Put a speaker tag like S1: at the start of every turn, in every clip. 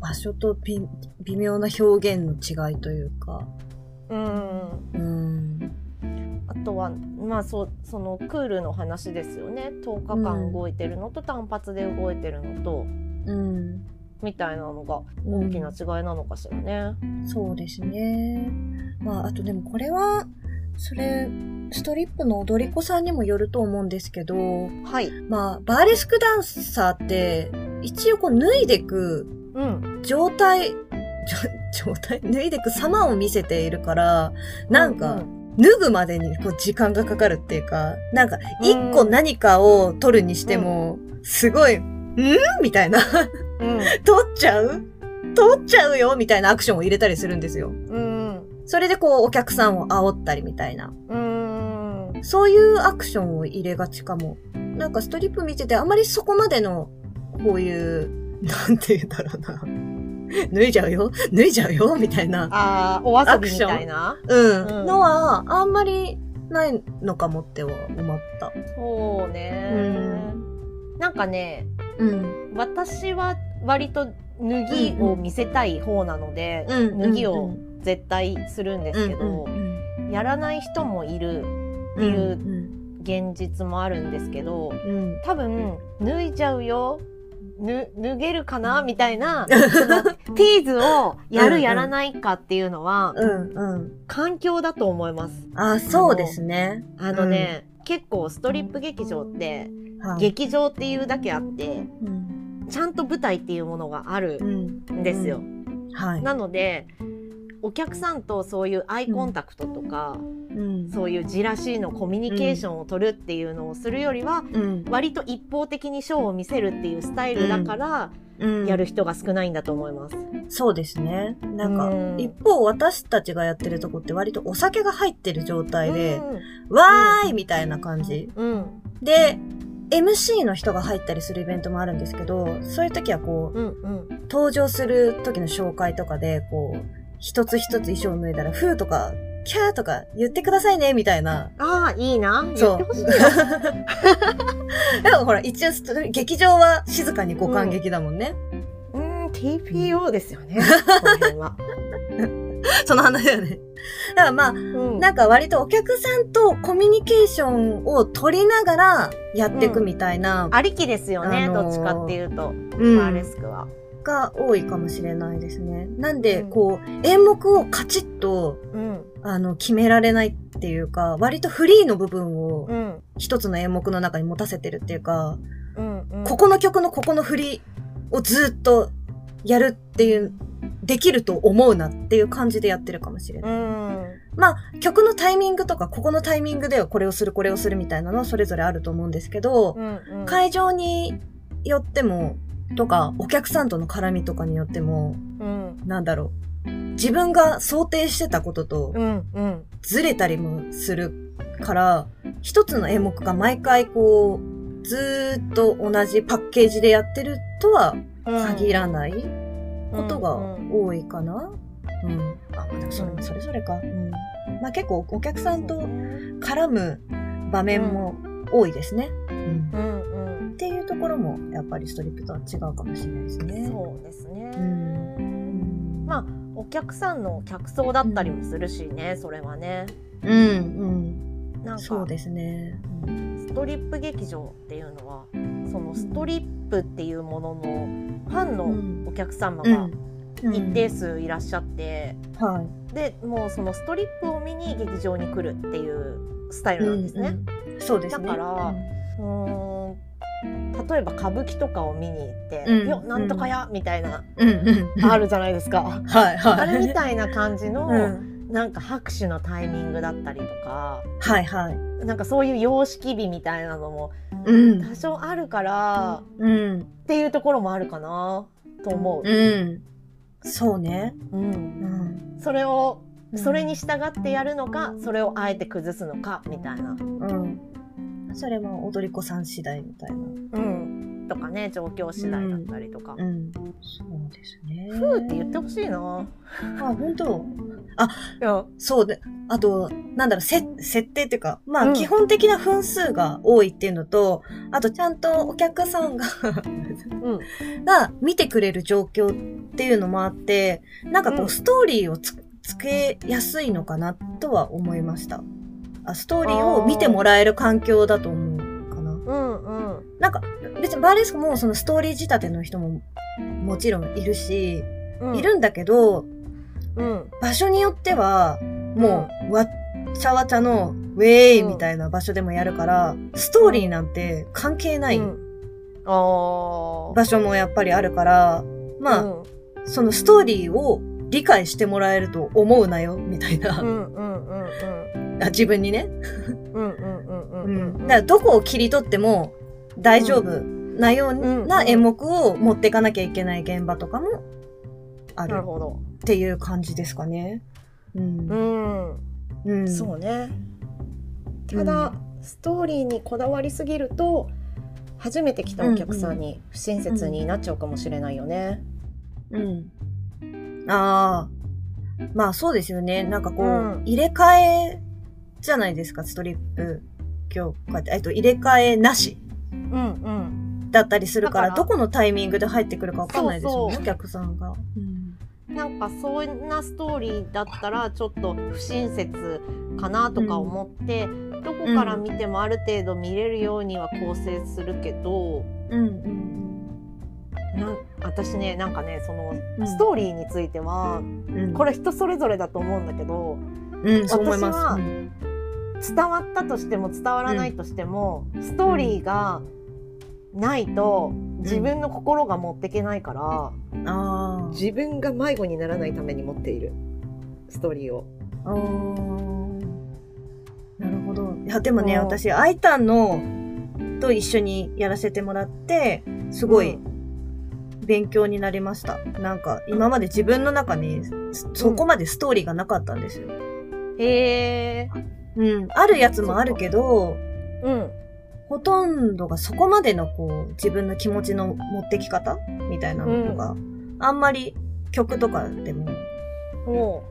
S1: 場所とび微妙な表現の違いというか。
S2: うん
S1: うん。
S2: あとはまあそうそのクールの話ですよね10日間動いてるのと単発で動いてるのと、
S1: うん。
S2: みたいなのが
S1: 大
S2: 大きな違いなのかしらね。
S1: そうですね。まあ、あとでもこれは、それ、ストリップの踊り子さんにもよると思うんですけど、
S2: はい、
S1: まあ、バーレスクダンサーって、一応こう脱いでく
S2: うん、
S1: 状態、じょ状態脱いでく様を見せているから、なん
S2: う
S1: か、
S2: ん
S1: 脱ぐまでにこう時間がかかるっていうか、なんか、一個何かを取るにしても、すごい、んみたいな、
S2: う
S1: 取
S2: ん
S1: っちゃう取っちゃうよみたいなアクションを入れたりするんですよ。
S2: うん
S1: それでこうお客さんを煽ったりみたいな。
S2: うん
S1: そういうアクションを入れがちかも。なんかストリップ見ててあまりそこまでの、こういう、なんて言うんだろうな。脱いじゃうよ脱いじゃうよみたいな。
S2: ああお遊びみたいな
S1: うん。
S2: うん
S1: のは、あんまりないのかもっては思った。
S2: そうね、なんかね
S1: うん。
S2: 私は割と脱ぎを見せたい方なので、
S1: うん。
S2: 脱ぎを絶対するんですけど、
S1: うん
S2: やらない人もいる
S1: うん
S2: いう
S1: うん
S2: 現実もあるんですけど
S1: うん。
S2: 多分脱いじゃうよぬ脱げるかなみた いなそのティーズをや
S1: うんう
S2: る
S1: ん
S2: やらないかっていうのは
S1: うん。うん。
S2: 環境だと思います。
S1: あ、そうですね。
S2: あのね、結構ストリップ劇場って
S1: はい。
S2: 劇場っていうだけあって
S1: うん。
S2: ちゃんと舞台っていうものがある
S1: うん
S2: んですよ。
S1: はい。
S2: なのでお客さんとそういうアイコンタクトとか、
S1: うん
S2: そういうじらしいのコミュニケーションを取るっていうのをするよりは、
S1: うん。
S2: 割と一方的にショーを見せるっていうスタイルだから、
S1: うん
S2: やる人が少ないんだと思います。
S1: そうですね。なんか、
S2: うん
S1: 一方私たちがやってるとこって割とお酒が入ってる状態で、わーいみたいな感じ。
S2: うん、うん、
S1: で、MC の人が入ったりするイベントもあるんですけど、そういう時はこ
S2: うん、うん
S1: う、登場する時の紹介とかで、こう、一つ一つ衣装を脱いだら、ふーとか、キャーとか言ってくださいね、みたいな。
S2: ああ、いいな。言
S1: そ
S2: ってほ
S1: う
S2: しい。
S1: でもほら、一応スト、劇場は静かにご感激だもんね。
S2: うん、TPO ですよね。この辺は。
S1: その話だよね。だからまあ、
S2: うん、
S1: なんか割とお客さんとコミュニケーションを取りながらやっていくみたいな、
S2: ありきですよね、
S1: あのー
S2: どっちかっていうと、
S1: うん
S2: バーレスクは。
S1: が多いかもしれないですね。なんで、
S2: うん
S1: こう、演目をカチッと、
S2: うん、
S1: あの、決められないっていうか、割とフリーの部分を
S2: うん、
S1: 一つの演目の中に持たせてるっていうか、
S2: うん、うん。
S1: ここの曲のここの振りをずっとやるっていう、できると思うなっていう感じでやってるかもしれない。
S2: うん、
S1: まあ、曲のタイミングとか、ここのタイミングではこれをする、これをするみたいなのはそれぞれあると思うんですけど、
S2: うん、うん。
S1: 会場によっても、とか、お客さんとの絡みとかによっても、
S2: うん、
S1: なんだろう、自分が想定してたことと
S2: うん、うん。
S1: ずれたりもするから、一つの演目が毎回こう、ずーっと同じパッケージでやってるとは限らないことが
S2: うん
S1: 多いかな。うん。あ、まあでもそれもそれぞれか。うん。まあ結構お客さんと絡む場面も多いですね。うん
S2: うん
S1: っていうところもやっぱりストリップとは違うかもしれないです
S2: うん、
S1: ね。
S2: そうですね、
S1: うん
S2: まあお客さんの客層だったりもするしねそれはね
S1: うんうん
S2: なんかス
S1: そう
S2: ト
S1: ですね。うん
S2: リップ劇場っていうのはそのストリップっていうもののファン
S1: うん
S2: のお客様が
S1: うん
S2: 一定数いらっしゃって、
S1: はい
S2: でもうそのストリップを見に劇場に来るっていうスタイルなんですね。
S1: うんうんそうですね。
S2: だからうーん例えば歌舞伎とかを見に行って「
S1: うん
S2: よなんとかや!」みたいな、
S1: うんうんうん
S2: あるじゃないです か。
S1: はいはい。
S2: あれみたいな感じの、
S1: うん
S2: なんか拍手のタイミングだったりとか
S1: はいはい。
S2: なんかそういう様式美みたいなのも
S1: うん
S2: 多少あるから、
S1: うん
S2: っていうところもあるかなと思う、
S1: うん。そうね。
S2: うん
S1: うん
S2: それをそれに従ってやるのかそれをあえて崩すのかみたいな、
S1: うん。それも踊り子さん次第みたいな。
S2: うん、とかね状況次第だったりとか、
S1: うん。そうですね。
S2: ふーって言ってほしいな。
S1: あ、本当
S2: いや
S1: そうで、あと、なんだろう、せ、設定っていうか、まあ、
S2: うん
S1: 基本的な分数が多いっていうのと、あと、ちゃんとお客さんが、
S2: うん
S1: が見てくれる状況っていうのもあって、なんかこ
S2: うん
S1: う、ストーリーをつ、つけやすいのかなとは思いました。あ、ストーリーを見てもらえる環境だと思うかな。
S2: うんうん
S1: なんか、別にバーレスクもそのストーリー仕立ての人も、もちろんいるし、
S2: うん
S1: いるんだけど、
S2: うん
S1: 場所によっては、もう、わっちゃわちゃの、ウェーイみたいな場所でもやるから、ストーリーなんて関係ない
S2: うんあ
S1: 場所もやっぱりあるから、
S2: あ
S1: まあ、そのストーリーを理解してもらえると思うなよ、みたいな
S2: う。んうんうん
S1: あ自分にね。
S2: うんうんうんうん
S1: う
S2: うん
S1: ん。だから、どこを切り取っても大丈夫なような演目を持っていかなきゃいけない現場とかもある
S2: なるほど
S1: っていう感じですかね。うん
S2: う。ん
S1: うん
S2: そうね。ただ、ストーリーにこだわりすぎると初めて来たお客さんに不親切になっちゃうかもしれないよね。
S1: うん。ああ。まあそうですよね。なんかこう、
S2: うん
S1: 入れ替えじゃないですか、ストリップ業界って。えっと、入れ替えなし
S2: うんうん。
S1: だったりするから、
S2: だから
S1: どこのタイミングで入ってくるかわかんないですよね、
S2: そうそう
S1: お客さんが。うん。
S2: なんかそんなストーリーだったらちょっと不親切かなとか思って、どこから見てもある程度見れるようには構成するけど、
S1: うんうん
S2: なん私ねなんかねその
S1: うん
S2: ストーリーについては、
S1: うん。うん、
S2: これ人それぞれだと思うんだけど
S1: うん、そう思います。
S2: 私は
S1: うん
S2: 伝わったとしても伝わらないとしても、ストーリーがないと自分の心が持ってけないから、
S1: あ
S2: 自分が迷子にならないために持っているストーリーを。
S1: あ。あーなるほど。いや、でもね、
S2: うん
S1: 私、アイタンの、と一緒にやらせてもらって、すごい、勉強になりました。なんか、今まで自分の中に、そそこまでストーリーがなかったんですよ。
S2: へえ。
S1: うん。あるやつもあるけど、
S2: うん。
S1: ほとんどがそこまでのこう、自分の気持ちの持ってき方みたいなのとか、あんまり曲とかでも
S2: ほ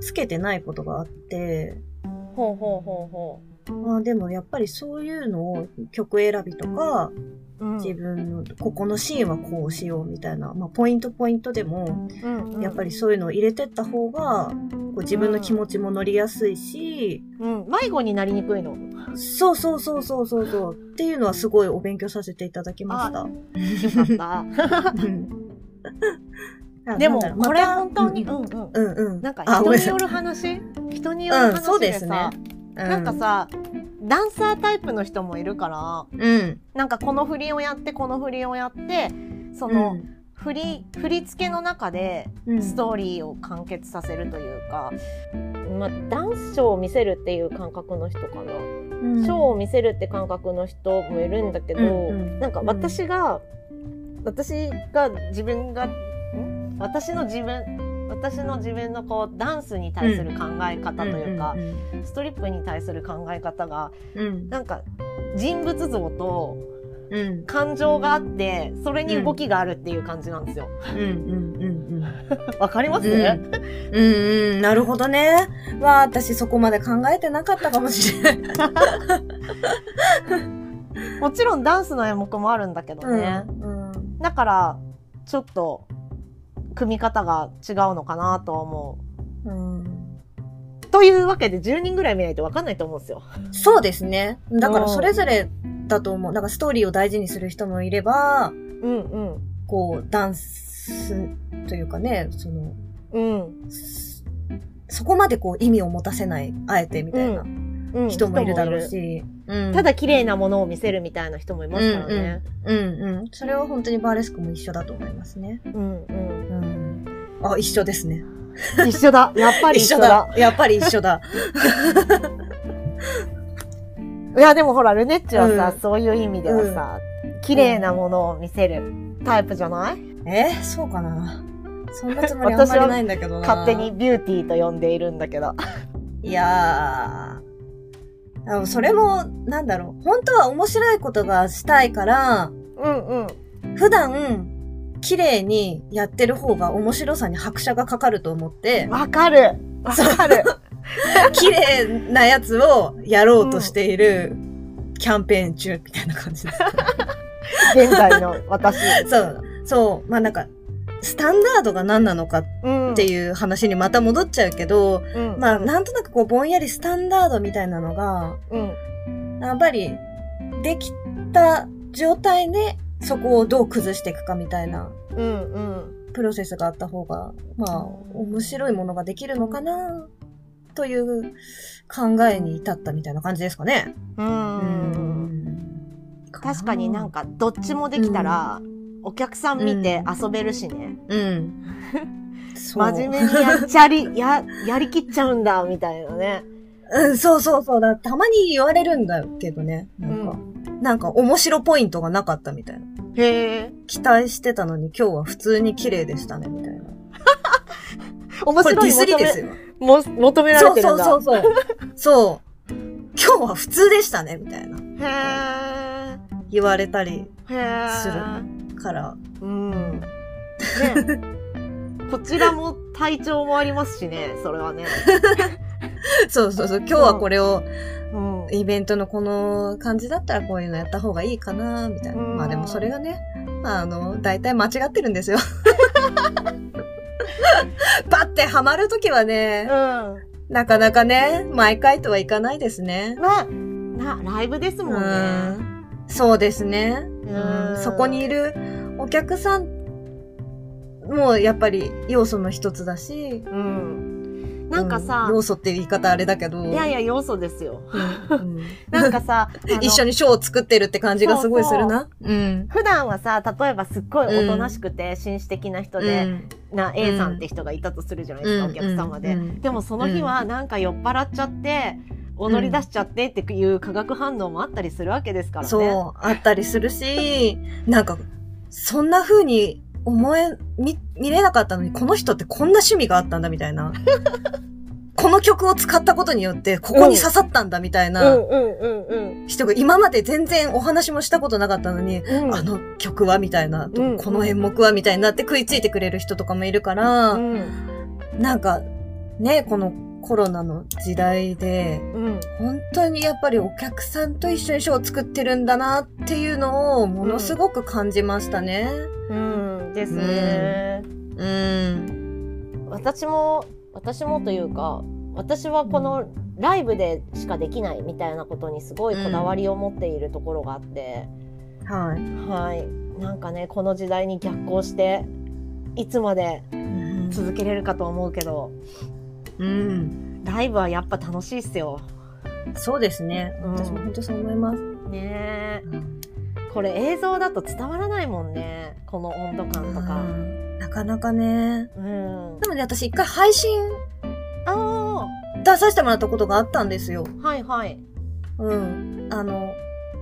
S1: つけてないことがあって、
S2: うほうほうほうほ
S1: まあでもやっぱりそういうのを曲選びとか、
S2: う。うん
S1: 自分の、ここのシーンはこうしようみたいな、まあポイントポイントでも、
S2: うんうん
S1: やっぱりそういうのを入れてった方が、こう自分の気持ちも乗りやすいし、
S2: うん、迷子になりにくいの。
S1: そうそうそうそうそうそう。っていうのはすごいお勉強させていただきました。
S2: よかっ た。
S1: うん
S2: で
S1: なんだろう
S2: も、
S1: また
S2: これ本当に、う
S1: うん
S2: んうん。
S1: うんうん。
S2: なんか
S1: あごめな
S2: 人によ
S1: さ
S2: る話人による
S1: うんそ
S2: 話
S1: うで
S2: ですさ、
S1: ねい
S2: なんか、さ、ダンサータイプの人もいるから、
S1: うん。
S2: なんかこの振りをやってこの振りをやってそ
S1: うん
S2: の、振り振り付けの中で
S1: うん
S2: ストーリーを完結させるというか、まあ、ダンスショーを見せるっていう感覚の人かな、
S1: うん
S2: ショーを見せるって感覚の人もいるんだけど、
S1: うんうん
S2: なんか私が、私が自分がん私の自分私の自分のこうダンスに対する考え方というか、ストリップに対する考え方が
S1: うん。
S2: なんか人物像と
S1: うん。うん。
S2: 感情があってそれに動きがあるっていう感じなんですよ。
S1: うん。うん。うん。うん。
S2: わかります、
S1: うんうんうん、なるほどね。わあ、私そこまで考えてなかったかもしれ ない。
S2: もちろんダンスの演目もあるんだけどね、
S1: うん。うん
S2: だからちょっと組み方が違うのかなとは思
S1: うん
S2: う。というわけで10人ぐらい見ないとわかんないと思うんですよ。
S1: そうですね。だから
S2: うん
S1: それぞれだと思う。なんかストーリーを大事にする人もいれば、
S2: うんうん
S1: こう、ダンスというかね、その、
S2: うん
S1: すそこまでこう意味を持たせない、あえてみたいな
S2: うん、
S1: 人もいるだろうし。うん
S2: た、だ綺麗なものを見せるみたいな人もいますからね。
S1: うんうん。それは本当にバーレスクも一緒だと思いますね。
S2: うんうん
S1: うん。あ、一緒ですね。
S2: 一緒だやっぱり 一緒だ。
S1: やっぱり一緒だ。
S2: いやでもほらルネッチはさ、
S1: うん
S2: そういう意味ではさ綺麗なものを見せるタイプじゃない
S1: えーそうかな。そんなつもりあんまりないんだけ どな。
S2: 勝手に。ビューティーと呼んでいるんだ けど。
S1: いやー。あのそれも、なんだろう。本当は面白いことがしたいから、
S2: ううんうん。
S1: 普段、綺麗にやってる方が面白さに拍車がかかると思って、
S2: わかる。わかる。
S1: 綺麗なやつをやろうとしているキャンペーン中みたいな感じです。
S2: 現在の私。
S1: そう、そう、まあなんか、スタンダードが何なのかっ
S2: うん。
S1: て
S2: う。
S1: いう話にまた戻っちゃうけど、
S2: うん。
S1: まあなんとなくこうぼんやりスタンダードみたいなのが、
S2: うん。
S1: やっぱりできた状態でそこをどう崩していくかみたいな
S2: うん。うん。
S1: プロセスがあった方が、まあ面白いものができるのかな、という考えに至ったみたいな感じですかね。
S2: うん。確かになん
S1: か。
S2: か、どっちもできたら、お客さん見て遊べるしね。
S1: うん。そう
S2: 真面目にやっち ゃり、や、やりきっちゃうんだ、みたいなね。
S1: うん、そうそうそうだ。たまに言われるんだけどね。なんか、なんか面白ポイントがなかったみたいな。
S2: へえ。
S1: 期待してたのに今日は普通に綺麗でしたね、みたいな。
S2: 面
S1: これデ
S2: 白い
S1: ィスり
S2: 求
S1: です
S2: め
S1: よ。
S2: も求められ
S1: そう
S2: て
S1: そ
S2: るん
S1: う
S2: だ。
S1: そうそう。 そう。今日は普通でしたね、みたいな。
S2: へえ。
S1: 言われたり
S2: へえ。
S1: すから。
S2: うん。ね。 こちらも体調もありますしね、それは ね。
S1: そうそうそう。今日はこれを、
S2: うん。
S1: イベントのこの感じだったらこういうのやった方がいいかな、みたいな。
S2: うん
S1: まあでもそれがね、あの、大体間違ってるん ですよ。パッてハマるときはね、
S2: うん。
S1: なかなかね、毎回とはいかないですね。
S2: まあ、な、ライブですもんね。
S1: うんそうですね。
S2: う
S1: う
S2: ん
S1: んそこにいるお客さんもやっぱり要素の一つだし、
S2: うん。なんかさ
S1: う、要素って言い方あれだけど、
S2: いやいや、要素ですよ。
S1: うんうん
S2: なん かさ、あの
S1: 一緒にショーを作ってるって感じがすごいするな。うん。
S2: 普段はさ、例えばすっごいおとなしくて紳士的な人
S1: う
S2: で、
S1: ん
S2: な、A さんって人がいたとするじゃないですか、お客様
S1: う
S2: で
S1: んう。ん
S2: でもその日はなんか酔っ払っちゃって、踊り出しちゃってっていう化学反応もあったりするわけですからね。
S1: そう、あったりするし、なんか、そんな風に思え、見、見れなかったのに、この人ってこんな趣味があったんだみたいな。 この曲を使ったことによって、ここに刺さったんだみたいな
S2: うんうんうん
S1: 人が、今まで全然お話もしたことなかったのに、
S2: うん。
S1: あの曲はみたいな、と
S2: うん
S1: この演目はみたいになって食いついてくれる人とかもいるから、
S2: うん
S1: なんか、ね、このコロナの時代で、
S2: うん
S1: 本当にやっぱりお客さんと一緒にショーを作ってるんだなっていうのをものすごく感じましたね。
S2: うんですね、
S1: うん。
S2: 私も私もというか私はこのライブでしかできないみたいなことにすごいこだわりを持っているところがあって、
S1: はい。
S2: はいなんかねこの時代に逆行していつまで
S1: うん
S2: 続けれるかと思うけど
S1: うん。
S2: ライブはやっぱ楽しいっすよ
S1: そうですね。
S2: うん
S1: 私も本当そう思います。
S2: ねえこれ映像だと伝わらないもんねこの温度感と
S1: う
S2: か
S1: んなかなかね。
S2: うん
S1: でもね、私一回配信
S2: あ
S1: 出させてもらったことがあったんですよ。
S2: あはいはい
S1: うん。あの、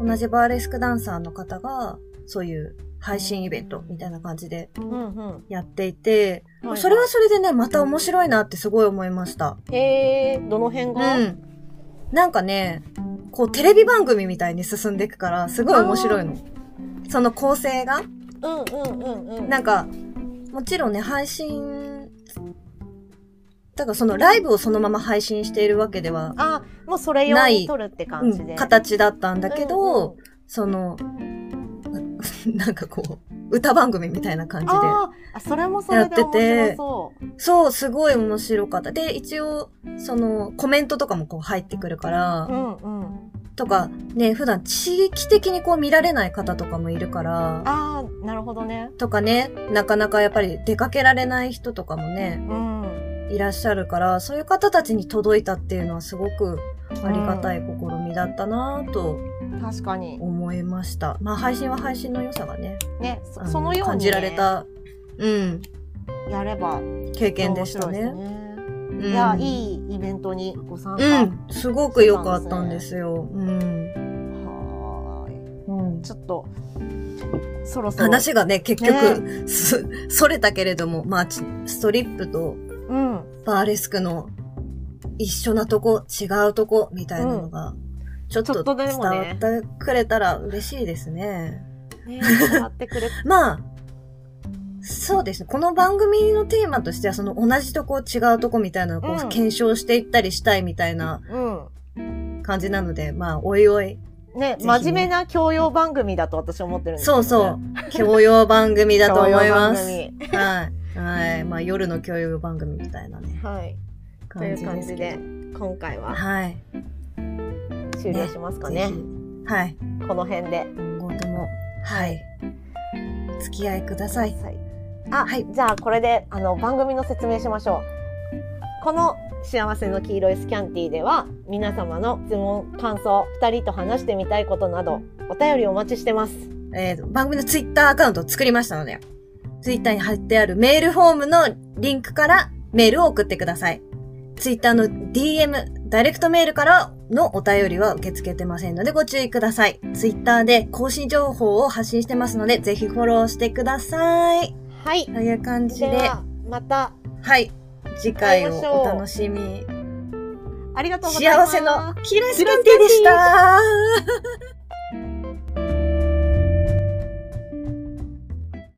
S1: 同じバーレスクダンサーの方が、そういう配信イベントみたいな感じで
S2: うんうん
S1: やっていて、
S2: いはい
S1: それはそれでね、また面白いなってすごい思いました。
S2: へえ、どの辺が、
S1: うん。なんかね、こうテレビ番組みたいに進んでいくから、すごい面白いの。その構成が。
S2: うん、うんうんうんうん。
S1: なんか、もちろんね、配信、だからそのライブをそのまま配信しているわけでは、
S2: あ、もうそれ用に撮るって感じ
S1: う
S2: で。
S1: ん形だったんだけど、その、 なんかこう、歌番組みたいな感
S2: うん
S1: じ
S2: うん、
S1: で。
S2: あーあ、それもそれで面白そう。
S1: そう、すごい面白かった。で、一応、その、コメントとかもこう入ってくるから、
S2: うんうん。
S1: とか、ね、普段地域的にこう見られない方とかもいるから、
S2: ああ、なるほどね。
S1: とかね、なかなかやっぱり出かけられない人とかもね、
S2: うん。あ
S1: いらっしゃるから、そういう方たちに届いたっていうのはすごくありがたい試みだったなぁと
S2: 確かに。
S1: 思いました。まあ配信は配信の良さがね、
S2: ね、そ
S1: あの
S2: そのように、ね、
S1: 感じられた、うん、
S2: やれば
S1: 経験で
S2: 面
S1: した
S2: 白いです
S1: ね。
S2: ね。
S1: うん
S2: いや、いいイベントにご参加。
S1: うん、すごく良かったんですよ。うん。
S2: はーい。
S1: うん
S2: ちょっと、そろそろ。
S1: 話がね、結局、す、それたけれども、まあ、ちストリップと
S2: うん。
S1: バーレスクの一緒なとこ、違うとこ、みたいなのが、ちょっ
S2: ちょ
S1: と
S2: っとで
S1: 伝
S2: も
S1: わ
S2: ね
S1: ってくれたら嬉しいですね。
S2: ね変わってくれ
S1: まあ、そうですね。この番組のテーマとしては、その同じとこ違うとこみたいなのをこう
S2: うん
S1: 検証していったりしたいみたいな
S2: うん
S1: 感じなので、まあ、おいおい。ぜ
S2: ね
S1: ひね
S2: 真面目な教養番組だと私は思ってるんです
S1: そうそう。教養番組だと思います。はい。はい。まあ、夜の教養番組みたいなね。
S2: はいという感じで
S1: けど
S2: 今回は
S1: はい。
S2: 終了しますか
S1: ぜ
S2: ね
S1: ひはい。
S2: この辺で
S1: 今後とも、はい。お付き合いください。
S2: はいあ、
S1: はい
S2: じゃあこれであの番組の説明しましょうこの幸せの黄色いスキャンティーでは皆様の質問感想2人と話してみたいことなどお便りお待ちしてます
S1: えー番組のツイッターアカウントを作りましたので、ツイッターに貼ってあるメールフォームのリンクからメールを送ってください。ツイッターの DM、ダイレクトメールからのお便りは受け付けてませんのでご注意ください。ツイッターで更新情報を発信してますので、ぜひフォローしてください。
S2: はい
S1: という感じ
S2: で
S1: で、
S2: はまた
S1: はい。次回
S2: 会いましょ
S1: を
S2: う
S1: お楽しみ。
S2: ありがとうござい
S1: 幸
S2: ます
S1: せのキラスキャンティでした。